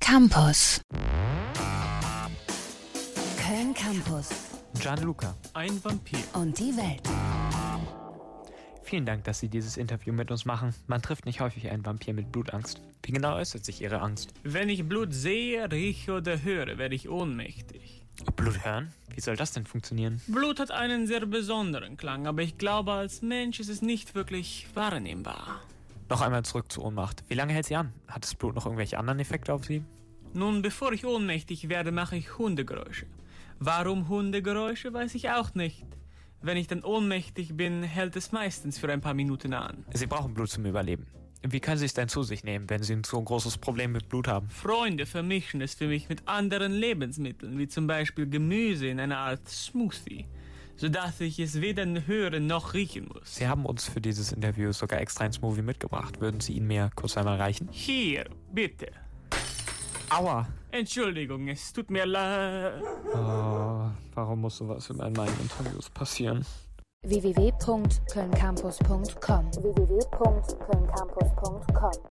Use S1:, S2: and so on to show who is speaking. S1: Campus. Köln Campus
S2: Gianluca,
S3: Ein Vampir.
S1: und die Welt.
S2: vielen Dank, dass Sie dieses Interview mit uns machen. Man trifft nicht häufig einen Vampir mit Blutangst. Wie genau äußert sich Ihre Angst?
S3: Wenn ich Blut sehe, rieche oder höre, werde ich ohnmächtig.
S2: Blut hören? Wie soll das denn funktionieren?
S3: Blut hat einen sehr besonderen Klang, aber ich glaube, als Mensch ist es nicht wirklich wahrnehmbar.
S2: Noch einmal zurück zur Ohnmacht. Wie lange hält sie an? Hat das Blut noch irgendwelche anderen Effekte auf Sie?
S3: Nun, bevor ich ohnmächtig werde, mache ich Hundegeräusche. Warum Hundegeräusche, weiß ich auch nicht. Wenn ich dann ohnmächtig bin, hält es meistens für ein paar Minuten an.
S2: Sie brauchen Blut zum Überleben. Wie können Sie es denn zu sich nehmen, wenn Sie ein so großes Problem mit Blut haben?
S3: Freunde vermischen es für mich mit anderen Lebensmitteln, wie zum Beispiel Gemüse in einer Art Smoothie, sodass ich es weder hören noch riechen muss.
S2: Sie haben uns für dieses Interview sogar extra ein Smoothie mitgebracht. Würden Sie ihn mir kurz einmal reichen?
S3: Hier, bitte.
S2: Aua!
S3: Entschuldigung, es tut mir leid.
S2: warum muss sowas in meinen Interviews passieren?
S4: www.kölncampus.com www.kölncampus.com